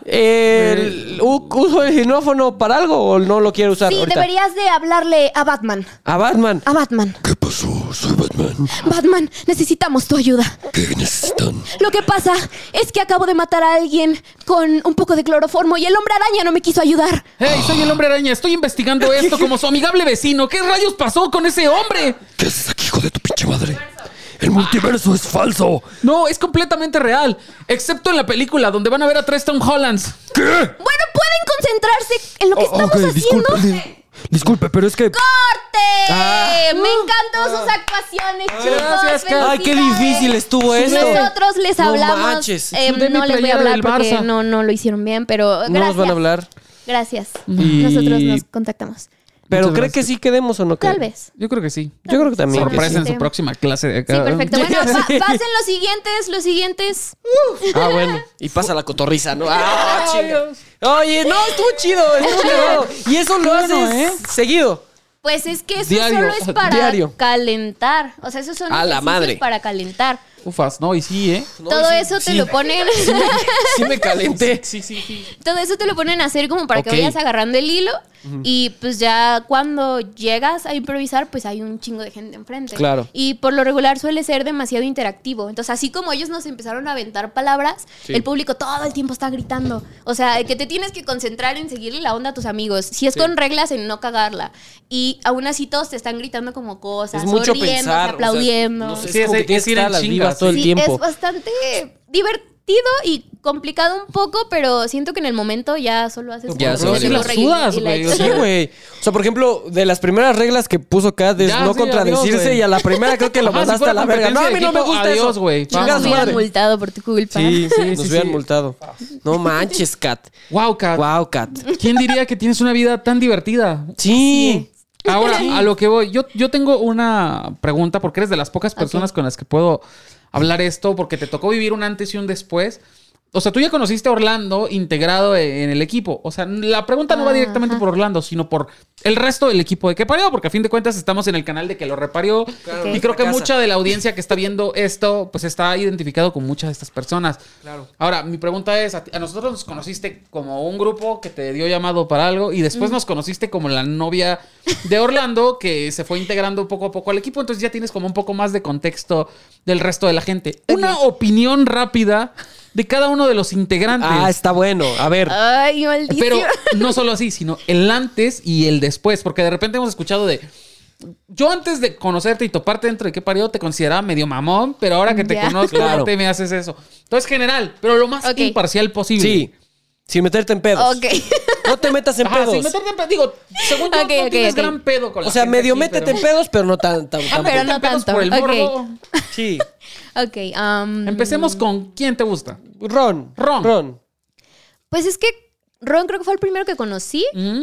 El, u- ¿Uso el xilófono para algo o no lo quiero usar
Sí, Ah,
ahorita?
deberías de hablarle a Batman.
A Batman.
A Batman.
¿Qué pasó? Soy Batman.
Batman, necesitamos tu ayuda.
¿Qué necesitan?
Lo que pasa es que acabo de matar a alguien con un poco de cloroformo y el hombre araña no me quiso ayudar.
Hey, soy el hombre araña, estoy investigando esto como su amigable vecino. ¿Qué rayos pasó con ese hombre?
¿Qué haces aquí, hijo de tu pinche madre? El multiverso es falso.
No, es completamente real, excepto en la película donde van a ver a tres Tom Hollands.
¿Qué?
Bueno, pueden concentrarse en lo que
Oh,
estamos
ok,
haciendo.
disculpe, di- disculpe, pero es que.
¡Corte!
Ah.
Me encantó sus actuaciones, chicos.
Gracias, Carlos.
Ay, qué difícil estuvo esto.
Nosotros les
No
hablamos.
manches.
eh,
De mi
no les voy a
playera
hablar
del
porque
Barça.
no, no lo hicieron bien, pero gracias.
No nos van a hablar.
Gracias.
Y-
Nosotros nos contactamos.
Pero
Muchas
¿cree que
gracias.
sí quedemos o no
Tal
quedemos?
vez.
Yo creo que sí.
Yo creo que también. que
Sorpresa
sí.
en su próxima clase de
Sí, perfecto. Bueno,
ah, Sí.
pa- pasen los siguientes, los siguientes.
Ah, bueno. Y pasa la cotorriza, ¿no? Ah, chinga. Oye, no, estuvo chido, estuvo cagado. Y eso lo haces
bueno, ¿eh?
seguido.
Pues es que eso
Diario,
solo es para
diario.
calentar. O sea, esos son
A la
ejercicios
madre. Pues
para calentar.
Ufas, no, y sí, ¿eh?
Todo
sí,
eso te
sí.
lo ponen.
Sí me calenté.
Sí, sí, sí.
Todo eso te lo ponen a hacer como para
Ok.
que vayas agarrando el hilo. Y pues ya cuando llegas a improvisar, pues hay un chingo de gente enfrente.
Claro.
Y por lo regular suele ser demasiado interactivo. Entonces, así como ellos nos empezaron a aventar palabras, el público todo el tiempo está gritando. O sea, que te tienes que concentrar en seguirle la onda a tus amigos. Si es con reglas, en no cagarla. Y aún así todos te están gritando como cosas,
Es mucho
sonriéndose,
pensar. o sea,
aplaudiendo.
no sé,
Sí,
es como
es-
que tienes
es
que
ir
estar a
en
las
chinga,
vivas todo el
Sí,
tiempo.
Es bastante divertido y complicado un poco, pero siento que en el momento ya solo haces
Ya
como
solo
que
te la
lo reí-
sudas,
y la
güey, o
echas.
Sí, güey. O sea, por ejemplo, de las primeras reglas que puso Kat es
Ya,
no
sí, adiós,
contradecirse
güey. Ah,
y a la primera creo que lo
Ajá, si
mandaste
fuera
a la verga. No, a mí no me
competencia de
gusta
equipo,
eso.
adiós, güey.
Chinga
Nos
su
Vámonos.
hubieran
madre.
multado por tu culpa.
Sí, sí, nos
sí,
hubieran
sí.
multado. No manches, Kat.
Wow, Kat.
Wow, Kat.
¿Quién diría que tienes una vida tan divertida?
Sí.
Ahora, a lo que voy, yo, yo tengo una pregunta porque eres de las pocas personas con las que puedo hablar esto, porque te tocó vivir un antes y un después. O sea, tú ya conociste a Orlando integrado e- en el equipo. O sea, la pregunta no va
Ah,
directamente
ajá.
por Orlando, sino por el resto del equipo de que parió, porque a fin de cuentas estamos en el canal de que lo reparió.
Ok.
Y creo que
Casa.
mucha de la audiencia que está viendo esto, pues está identificado con muchas de estas personas.
Claro.
Ahora, mi pregunta es, a, ti- a nosotros nos conociste como un grupo que te dio llamado para algo y después nos conociste como la novia de Orlando que se fue integrando poco a poco al equipo, entonces ya tienes como un poco más de contexto del resto de la gente. Una opinión rápida de cada uno de los integrantes.
Ah, está bueno. A ver.
Ay, maldición.
Pero no solo así, sino el antes y el después, porque de repente hemos escuchado de... Yo antes de conocerte y toparte dentro de qué parido te consideraba medio mamón, pero ahora que te
Ya.
conozco,
Claro.
no te me haces eso. Entonces, general, pero lo más
Ok.
imparcial posible.
Sí. Sin meterte en pedos.
Ok.
No te metas en
Ajá,
pedos.
sin meterte en pedo. Digo, según yo,
Ok,
no
ok,
tienes
ok.
gran pedo con la
O sea,
gente
medio
aquí,
métete
pero-
en pedos, pero no tan, tan,
Ah,
tampoco.
pero no
en pedos
tanto.
por el
Ok. Mm.
morbo.
Sí.
Ok. um, am,
Empecemos con quién te gusta.
Ron.
Ron.
Ron.
Pues es que Ron creo que fue el primero que conocí.
¿Mm?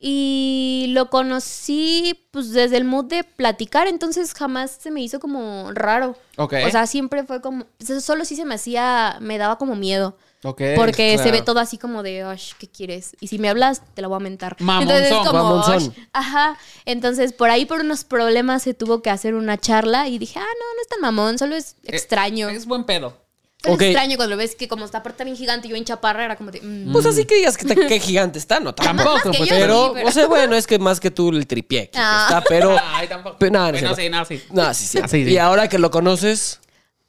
Y lo conocí pues desde el mood de platicar, entonces jamás se me hizo como raro.
Ok.
O sea, siempre fue como, pues, eso solo sí se me hacía, me daba como miedo.
Ok,
Porque se
claro.
ve todo así como de, "Osh, ¿qué quieres? Y si me hablas, te la voy a mentar.
Mamonzón,
entonces, como,
mamonzón.
"Osh". ajá. Entonces, por ahí, por unos problemas, se tuvo que hacer una charla y dije, ah, no, no es tan mamón, solo es
Eh,
extraño.
Es buen pedo.
Pero
ok.
es extraño cuando lo ves que como está aparte bien gigante, yo en chaparra era como de, mm.
Pues así que digas que, está- qué gigante está, no tampoco.
Tampoco,
que
pues,
yo,
pero...
Pero,
Sí, pero-
o sea, bueno, es que más que tú el tripié. que
Ah.
Está, pero.
Ay, tampoco.
Pero nada, no
Bueno,
es
sí, no, sí.
No, sí, sí.
Ah, sí, sí.
Y ahora que lo conoces,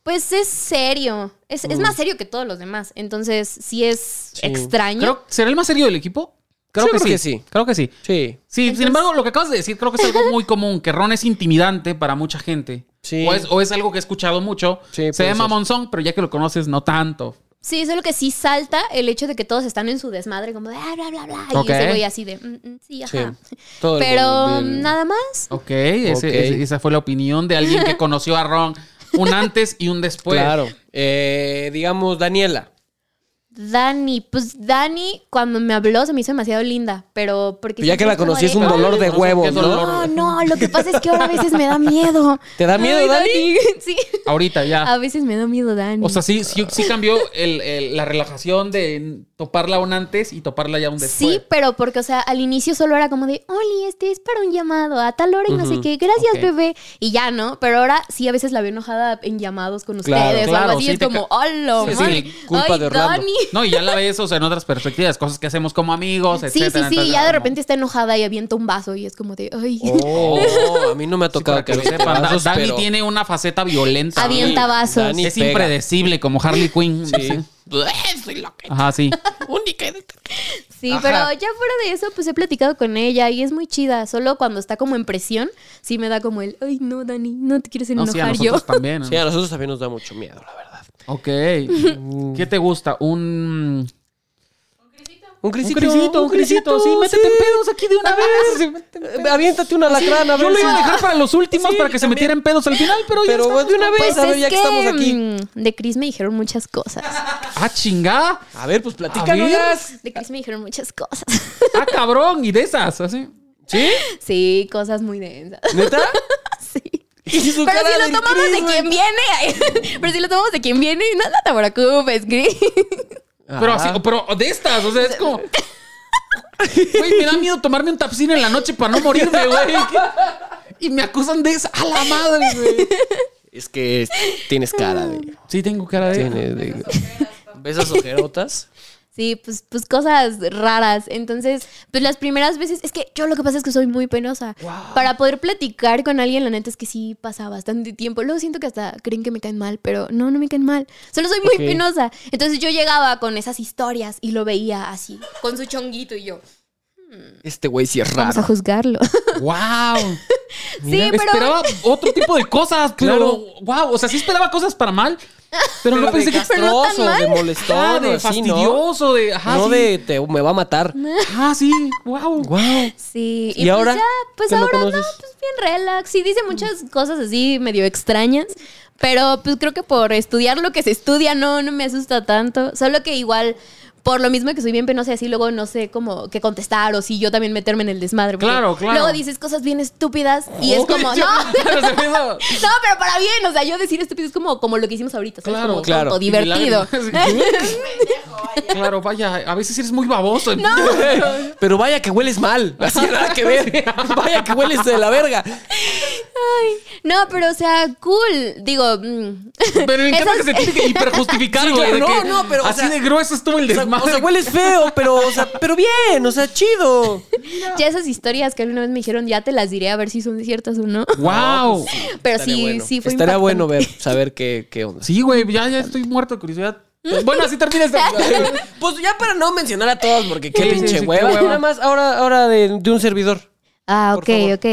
Pues es serio. Es, es
Mm.
más serio que todos los demás. Entonces, sí es extraño.
Creo- ¿Será el más serio del equipo?
Yo creo que sí.
Creo que sí.
sí.
Sí, sin embargo, lo que acabas de decir creo que es algo muy común, que Ron es intimidante para mucha gente.
Sí.
O, es, o es algo que he escuchado mucho.
Sí,
Se
puede
ve
ser.
mamonzón, pero ya que lo conoces, no tanto.
Sí, solo que sí salta el hecho de que todos están en su desmadre, como de ah, bla, bla, bla.
Ok.
Y ese güey así de, "Mm, mm, sí, ajá.
Sí. Todo el
Pero
mundo-
nada más.
Ok, ese-
Ok.
ese- esa fue la opinión de alguien que conoció a Ron. Un antes y un después.
Claro. Pues, Eh, digamos, Daniela.
Dani, pues Dani, cuando me habló, se me hizo demasiado linda, pero
Pero
porque.
Pues ya
siempre
que la
es como
conocí,
de,
es un
"Ay,
dolor de
no sé qué
huevos,
dolor.
¿no?
No, no, lo que pasa es que ahora a veces me da miedo.
¿Te da miedo,
Ay,
Dani? Ah.
Sí.
Ahorita ya.
A veces me da miedo, Dani.
O sea, sí, sí, sí cambió el- el- la relajación de toparla un antes y toparla ya un después.
Sí, pero porque, o sea, al inicio solo era como de, Oli, este es para un llamado a tal hora y no sé qué, gracias,
ok.
bebé. Y ya, ¿no? Pero ahora sí, a veces la veo enojada en llamados con
Claro,
ustedes o
claro,
algo así.
sí
es
te
como,
ca-
¡Hola,
Sí, sí,
madre!
culpa
¡Ay,
de Orlando".
Dani!
No, y ya la ves, o sea, en otras perspectivas, cosas que hacemos como amigos,
Sí, sí, sí,
etcétera. Entonces, ah,
ya de
como-
repente está enojada y avienta un vaso y es como de, ¡ay!
Oh, a mí no me ha
Sí,
tocado
para que lo
los
sepan, Da-
pedazos,
Dani
pero-
tiene una faceta violenta.
Avienta vasos.
Dani-
Es
pega.
impredecible, como Harley Quinn.
Sí.
Ajá, sí.
Sí,
Ajá.
pero ya fuera de eso, pues he platicado con ella y es muy chida. Solo cuando está como en presión, sí me da como el, ¡ay, no, Dani, no te quieres
No,
enojar
sí, a
yo!
nosotros también. ¿no?
Sí, a nosotros también nos da mucho miedo, la verdad.
Ok. ¿Qué te gusta? Un...
Un
Un
crisito.
crisito, un crisito. Sí, métete en pedos aquí de una vez.
Eh, Aviéntate una alacrán, a ver.
Yo lo
si-
iba a dejar para los últimos
Sí,
para que se
también.
metieran pedos al final, pero,
Pero
ya está.
de una vez,
Pues
a ver,
es
ya que, estamos aquí.
mm, de Chris me dijeron muchas cosas.
Ah, chingada.
A ver, pues
A ver.
platícanos.
De Chris me dijeron muchas cosas.
Ah, cabrón. Y de esas, así.
¿Sí?
Sí, cosas muy densas.
¿Neta?
Sí.
Y su
Pero
cara
si
del
lo tomamos
Chris,
de
güey.
quien viene. ay, Pero si lo tomamos de quien viene, no, no te preocupes, Chris.
Pero
Ajá.
así, pero de estas, o sea, es como. Güey, me da miedo tomarme un tapcín en la noche para no morirme, güey. Y me acusan de esa. A la madre, güey.
Es que es- tienes cara de.
Sí, tengo cara de.
tienes de- ¿Ves esas ojerotas?
Sí, pues, pues cosas raras. Entonces, pues las primeras veces, es que yo lo que pasa es que soy muy penosa. Para poder platicar con alguien, la neta es que sí pasa bastante tiempo. Luego siento que hasta creen que me caen mal, pero no, no me caen mal. Solo soy muy
Ok.
penosa. Entonces yo llegaba con esas historias y lo veía así, con su chonguito y yo.
Este güey sí es
Vamos a
raro.
juzgarlo.
¡Wow!
sí, pero.
Esperaba otro tipo de cosas, pero.
Claro.
¡Wow! O sea, sí esperaba cosas para mal, pero,
Pero
no pensé
Pues de
que.
castroso, de
Ah,
molestón,
de
así, ¿no?
fastidioso, de. Ajá,
No
sí.
de te, me va a matar.
Ajá, sí. ¡Wow!
Wow.
Sí,
¿Y
pues
ahora?
ya, pues
¿Qué no
ahora no,
conoces?
pues bien relax. Y dice muchas cosas así medio extrañas. Pero pues creo que por estudiar lo que se estudia no, no me asusta tanto. Solo que igual, por lo mismo que soy bien penosa y así luego no sé cómo qué contestar o si yo también meterme en el desmadre. porque
Claro, claro.
Luego dices cosas bien estúpidas y es como,
Yo-
no,
Pero se me hizo-
no, pero para bien, o sea, yo decir estúpido es como, como lo que hicimos ahorita, ¿sabes?
Claro,
como
claro.
tonto, divertido.
Claro, vaya, a veces eres muy baboso.
No,
Pero vaya que hueles mal. Así nada que ver. Vaya que hueles de la verga.
no, pero o sea, cool. Digo, mm.
Pero me encanta que
Esas-
se tiene que hiperjustificar, güey.
claro,
de
no,
que
no, pero, o
Así
sea,
de grueso estuvo el
O sea,
desmadre.
o sea, hueles feo, pero, o sea, pero bien, o sea, chido.
ya esas historias que alguna vez me dijeron, ya te las diré a ver si son ciertas o no.
¡Wow!
pues
Pero
Estaría
sí,
bueno.
sí fue
Estaría
impactante.
bueno ver, saber qué, qué onda.
Sí, güey, ya, ya estoy muerto de curiosidad. Bueno, así termina este
Pues ya para no mencionar a todos, porque qué
Sí, sí,
pinche
sí, qué
hueva.
hueva.
Nada más, ahora, ahora de, de un servidor.
Ah,
Por
ok,
favor.
ok.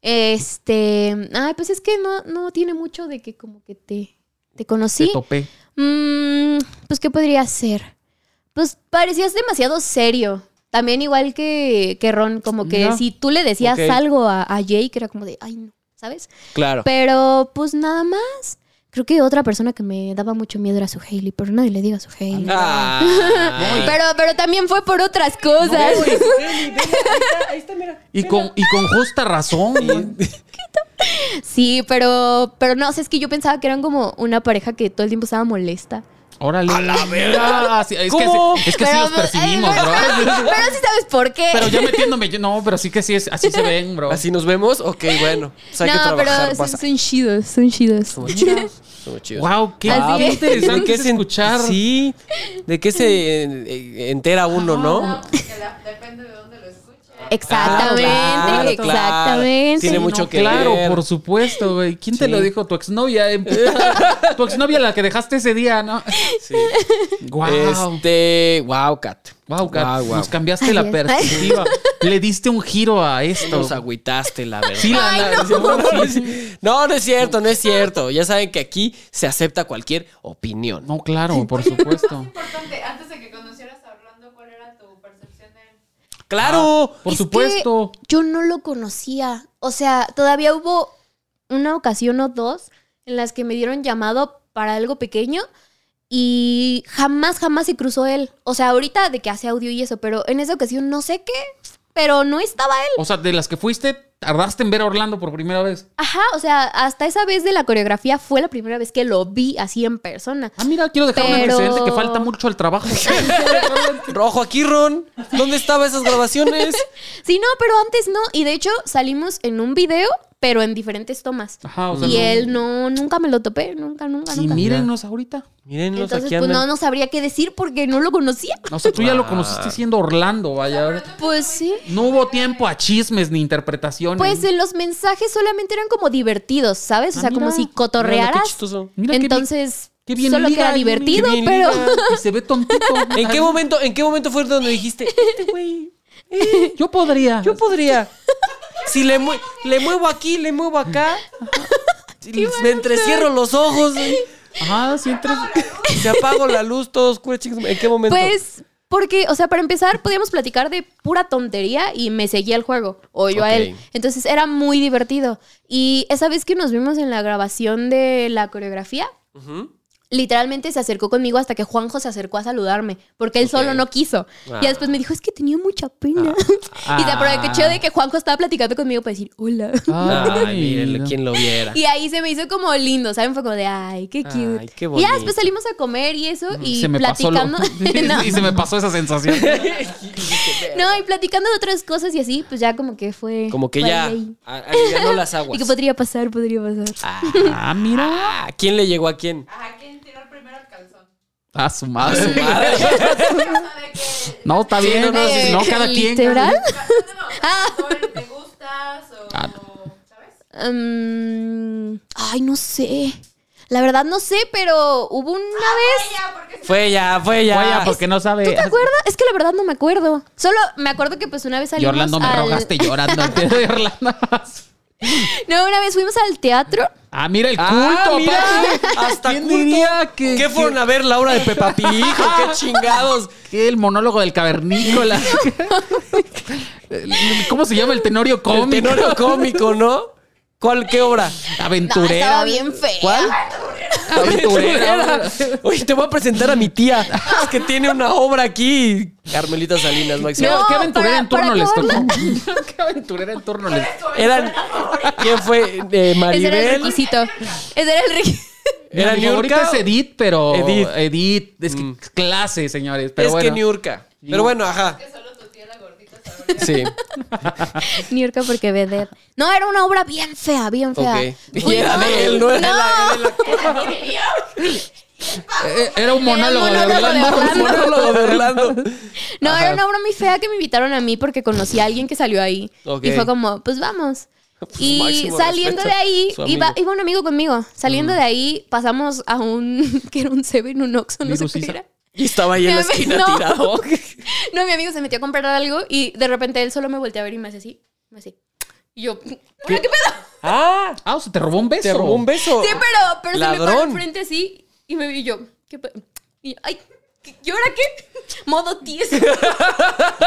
Este, ay, pues es que no, no tiene mucho de que como que te, te conocí.
Te topé.
Mm, pues, ¿qué podría ser? Pues parecías demasiado serio. También igual que, que Ron, como que
Ya.
si tú le decías
Ok.
algo a, a Jake, era como de, ay, no, ¿sabes?
Claro.
Pero pues nada más. Creo que otra persona que me daba mucho miedo era su Hailey, pero nadie le diga su Hailey.
Ah.
Pero, pero también fue por otras cosas.
Y con, y con justa razón, güey.
sí, pero, pero no, o sea, es que yo pensaba que eran como una pareja que todo el tiempo estaba molesta.
Órale. A la verga. es,
¿Cómo?
Que, sí- es que sí
Pero,
los
pues,
percibimos,
ay,
bro.
pero, pero sí sabes por qué.
Pero ya metiéndome yo. No, pero sí que sí es. Así se ven, bro.
Así nos vemos, ok, bueno. Pues hay que
no,
trabajar,
pero son,
pasa.
son chidos, son chidos.
Somos chidos. Somos chidos.
Wow, qué
Así
qué
es.
¿De
interesante
qué
es
se en-
escuchar.
Sí, de qué se eh, eh, entera uno, ¿no?
Porque la- Depende de dónde lo escuches.
Exactamente,
Claro, claro.
exactamente.
Tiene mucho que
claro,
ver.
por supuesto, güey. ¿Quién te
Sí.
lo dijo? Tu exnovia. en- tu exnovia la que dejaste ese día, ¿no?
Sí.
Wow.
Este, wow, Cat.
Wow, Kat,
Guau, guau.
nos cambiaste
Así
la
es.
perspectiva. Le diste un giro a esto.
Nos agüitaste, la verdad.
Sí, la- Ay, la-
no. no, no es cierto, no es cierto. Ya saben que aquí se acepta cualquier opinión.
No, claro, por
Lo más
supuesto.
importante, antes de que conocieras a Orlando, ¿cuál era tu percepción de él?
Claro.
Por
Es que
supuesto.
yo no lo conocía. O sea, todavía hubo una ocasión o dos en las que me dieron llamado para algo pequeño y jamás, jamás se cruzó él. O sea, ahorita de que hace audio y eso, pero en esa ocasión no sé qué, pero no estaba él.
O sea, de las que fuiste, tardaste en ver a Orlando por primera vez.
Ajá, o sea, hasta esa vez de la coreografía fue la primera vez que lo vi así en persona.
Ah, mira, quiero dejar un
Pero-
antecedente que falta mucho al trabajo.
Rojo aquí, Ron. ¿Dónde estaban esas grabaciones?
Sí, no, pero antes no. Y de hecho salimos en un video, pero en diferentes tomas.
Ajá, o sea,
y
no-
él no, nunca me lo topé, nunca, nunca,
Y
nunca.
mírenos ahorita.
Mírenlos
Entonces,
aquí
pues no,
andan.
no sabría qué decir porque no lo conocía.
O sea, tú ya lo conociste siendo Orlando, vaya.
Pues sí.
No hubo tiempo a chismes ni interpretaciones.
Pues en los mensajes solamente eran como divertidos, ¿sabes? O
Ah,
sea, como
mira.
si
Mira, qué
cotorrearas.
chistoso.
Mira qué bien-
Entonces,
qué bien
solo que
liga,
era
qué bien-
divertido,
qué bien
pero
Y se ve tontito.
¿En qué momento, en qué momento fue donde dijiste, este güey,
¿Eh? Yo podría.
yo podría? Si le, mue- le muevo aquí, le muevo acá. si me entrecierro los ojos. güey,
Ajá, sí, entres-
Si apago la luz, todo oscuro, chicos. ¿En qué momento?
pues porque, o sea, para empezar, podíamos platicar de pura tontería y me seguía el juego, o yo a él.
Ok.
Entonces era muy divertido. Y esa vez que nos vimos en la grabación de la coreografía,
Ujú.
literalmente se acercó conmigo hasta que Juanjo se acercó a saludarme, porque él solo no quiso.
Ah.
Y después me dijo, es que tenía mucha pena. y se aprovechó
Ah.
de que Juanjo estaba platicando conmigo para decir, hola.
Ay, mírenlo, quien lo viera.
Y ahí se me hizo como lindo, ¿saben? Fue como de, ay, qué cute.
Ay, qué
y ya después
bonito.
salimos a comer y eso, y
se me pasó lo-
platicando. no,
y se me pasó esa sensación.
no, y platicando de otras cosas y así, pues ya como que fue.
Como que
fue
ya pues.
ahí.
a- alivianó las aguas.
Y que pues podría pasar, podría pasar.
Ah, mira.
Ah, ¿Quién le llegó a quién?
Ajá, ¿quién tiró primero el calzón?
Ah, su madre.
Eso de que-
No, está bien.
no,
No,
no, sí, sí.
cada quien.
¿Literal?
calzón, no, calzón, ¿Te gustas? O, ¿Sabes?
Mm, ay, no sé. La verdad no sé, pero hubo una
Ah,
vez.
Ya, porque se
Fue ya, fue ya.
Oye, porque no sabe.
¿Te acuerdas? Es que la verdad no me acuerdo. Solo me acuerdo que pues una
Y
vez salimos
Orlando me
al-
rogaste llorando. Y Orlando.
No, una vez fuimos al teatro.
Ah, mira el culto,
Ah, mira,
papi.
hasta
¿Quién
culto.
diría que,
¿Qué fueron a ver Laura de Peppa Pig? o ¿Qué chingados?
que el monólogo del cavernícola? ¿Cómo se llama el tenorio
El
cómico?
tenorio cómico, ¿no? ¿Cuál, qué obra?
No, estaba
Aventurera.
bien fea.
¿Cuál?
Aventurera.
Oye, te voy a presentar a mi tía. Es que tiene una obra aquí. Carmelita Salinas, Máximo.
No,
¿Qué aventurera
para-
en turno
para
les
acabarla.
tocó? ¿Qué aventurera en turno les
Eran. ¿Quién fue? Eh,
Ese era el
Maribel.
requisito. Ese era el requisito.
Era
Mira, mi
Niurka.
favorita es Edith, pero.
Edith.
Edith. es que clase, señores. Pero
Es que
bueno.
Niurka. Pero bueno, ajá. Sí.
New York porque vedette. No, era una obra bien fea, bien fea.
Ok.
Fuimos-
Y era de él, no era de la-
Eh, Era un monólogo de
monólogo de
Orlando.
Orlando.
Monólogo de Orlando.
No,
Ajá.
era una obra muy fea que me invitaron a mí porque conocí a alguien que salió ahí.
Ok.
Y fue como, pues vamos. Y
máximo
saliendo
respeto,
de ahí,
su amigo.
iba, iba un amigo conmigo. Saliendo de ahí, pasamos a un, que era un Seven, un Oxxo, no sé
Virusisa.
qué era.
Y estaba ahí en la esquina
No.
tirado.
No, mi amigo se metió a comprar algo y de repente él solo me volteó a ver y me hace así, me hace. Y yo, "Hola, ¿qué pedo?
Ah,
Ah, o sea, te robó un beso.
te robó un beso.
Sí, pero, pero se me paró
Ladrón.
enfrente así y me vi yo, ¿qué pe- Y yo, ay, ¿qué- ¿y ahora qué? Modo tieso.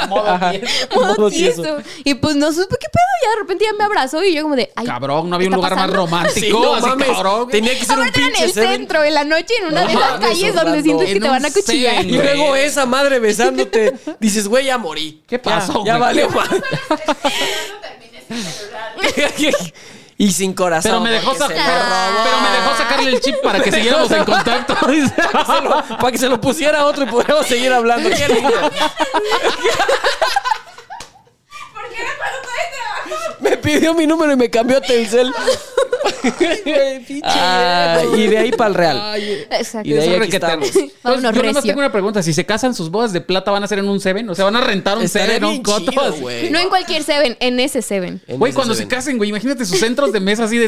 Modo
Ajá.
tieso.
Modo
Modo tieso.
tieso. Y pues no supe qué pedo, ya de repente ya me abrazó y yo como de, ay.
Cabrón, no había un
¿está
lugar
pasando?
más romántico.
Sí, no
así,
mames.
cabrón.
Tenía que ser un
Aparte era en
pinche
el
seven.
centro, en la noche, en una
No
de esas
mames,
calles
Orlando.
donde sientes que
En
te
un
van a cuchillar.
seven.
Y luego esa madre besándote. Dices, güey, ya morí.
¿Qué pasó,
Ya, ya
güey?
valió madre. y sin corazón.
Pero me, dejó
porque
sa-
se
pero,
lo robó.
pero me dejó sacarle el chip para que siguiéramos en contacto.
para, que se lo, para que se lo pusiera a otro y pudiéramos seguir hablando. Qué lindo.
este
Me pidió mi número y me cambió a Telcel. Ah, y de ahí para el Real.
Ay,
Exacto.
Y de ahí
esos
aquí
requeteros.
estamos.
eh.
Entonces,
Vámonos,
yo nada más
recio.
tengo una pregunta. Si se casan, ¿sus bodas de plata van a ser en un Seven? O sea, ¿van a rentar un
Estaría
Seven o un
bien
Coto?
chido,
Así.
güey.
No en cualquier Seven, en ese Seven.
Güey, cuando se
casan
casen, güey, imagínate sus centros de mesa así de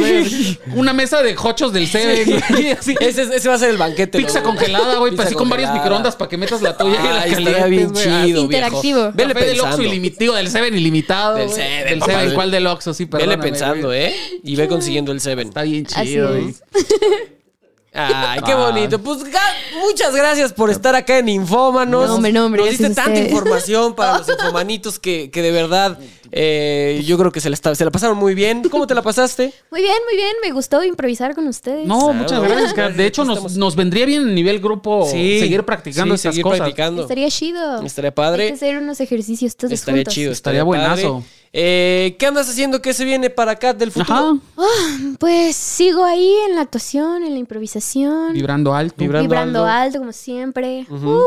güey. Una mesa de jochos del 7, güey. Así,
Ese, ese va a ser el banquete. ¿no,
pizza
güey?
congelada, güey,
Pizza
pero así con varios
congelada.
microondas para que metas la tuya y la
Ah, estaría bien
calientes, güey.
chido,
Interactivo.
viejo. Vele
Café del Oxxo
pensando.
ilimitado, del Seven ilimitado.
Del
güey.
Seven,
Del
papá,
Seven,
del-
¿cuál del Oxxo? Sí, pero.
Vele pensando, ¿eh? Y ve consiguiendo el Seven.
Está bien
Así
chido, güey.
es.
Ay, qué
Ah.
bonito. Pues ga- muchas gracias por estar acá en Infómanos.
No, hombre, no, hombre,
Nos
gracias
diste
a
tanta
ustedes.
información para los infomanitos que, que de verdad eh, yo creo que se la, está- se la pasaron muy bien. ¿Cómo te la pasaste?
Muy bien, muy bien. Me gustó improvisar con ustedes.
Ah,
No, muchas
Claro.
gracias, Kat. De hecho, nos, nos vendría bien a nivel grupo seguir practicando
sí,
estas
seguir
cosas.
practicando.
Estaría chido.
Estaría
Hay que
padre.
hacer unos ejercicios todos
Estaría
juntos.
chido.
Estaría buenazo.
padre. Eh, ¿Qué andas haciendo? ¿Qué se viene para acá del futuro?
Ajá.
Ah, pues sigo ahí en la actuación, en la improvisación.
Vibrando alto.
Vibra- Vibrando
Vibrando,
alto.
alto. como siempre. Uh, uh.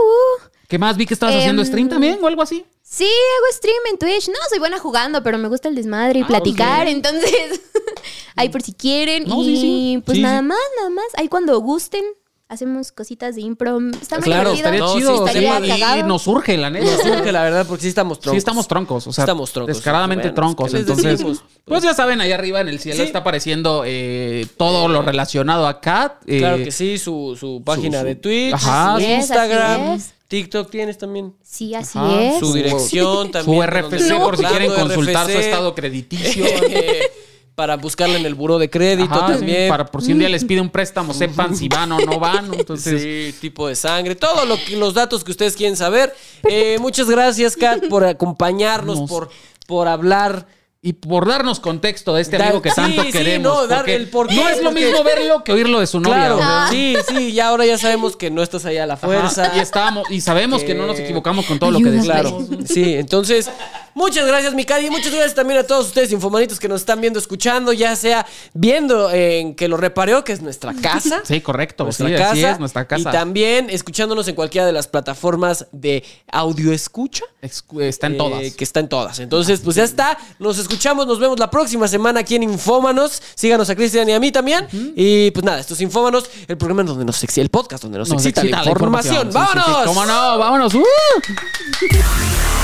¿Qué más? Vi que estabas haciendo
Em,
stream también o algo así.
Sí, hago stream en Twitch. No, soy buena jugando, pero me gusta el
Ah,
desmadre y platicar. Entonces, ahí por si quieren.
No,
y
sí, sí.
pues
Sí,
nada
sí.
más, nada más. Ahí cuando gusten, hacemos cositas de impro. Está muy
Claro,
divertido.
Estaría
No, sí,
chido.
estaría
sí, y- y,
cagado.
nos surge, la neta.
Nos surge, la verdad, porque sí estamos troncos.
Sí, estamos troncos. O sea,
Estamos troncos,
Descaradamente
bueno,
troncos.
¿qué les
Entonces,
decimos? eh,
pues ya saben, ahí arriba en el cielo
Sí.
está apareciendo eh, todo lo relacionado a Kat. eh,
Claro que sí, su, su página
su-
de Twitch,
Ajá.
su
Así es, así
Instagram,
es.
TikTok tienes también.
Sí, así
Ajá,
es.
Su dirección también.
ah, Su RFC,
donde
por si
estamos
quieren
hablando,
consultar su
RFC,
estado crediticio.
eh, para buscarla en el buró de crédito
Ajá, sí,
también.
para por si un día les pide un préstamo, sepan si van o no van. Entonces,
Sí, tipo de sangre, todo lo que, los datos que ustedes quieren saber. Eh, muchas gracias, Kat, por acompañarnos,
Nos-
por, por hablar.
y por darnos contexto de este
Dar-
amigo que
sí,
tanto
sí,
queremos.
no, dar
porque
el por qué,
no es lo
porque-
mismo verlo que oírlo de su
Claro,
novia. güey.
sí, sí, ya ahora ya sabemos que no estás ahí a la fuerza.
Ajá, Y estábamos, y sabemos que no nos equivocamos con todo lo que
Ayuda.
decimos.
Claro, sí, entonces, muchas gracias, Mikari, y muchas gracias también a todos ustedes, infomanitos, que nos están viendo, escuchando, ya sea viendo en que lo repareo, que es nuestra casa.
Sí, correcto.
Nuestra
sí,
casa,
así es, nuestra
Y
casa.
también escuchándonos en cualquiera de las plataformas de audio escucha.
Excu- Está en
eh,
todas.
que está en todas. Entonces, pues ya está. Nos escuchamos, nos vemos la próxima semana aquí en Infómanos. Síganos a Cristian y a mí también. Y pues nada, esto es Infómanos, el programa en donde nos excita, el podcast donde nos,
Nos
excita, la
excita
información.
Sí, sí, sí.
¡Vámonos!
¿Cómo no? ¡Vámonos! ¡Uh!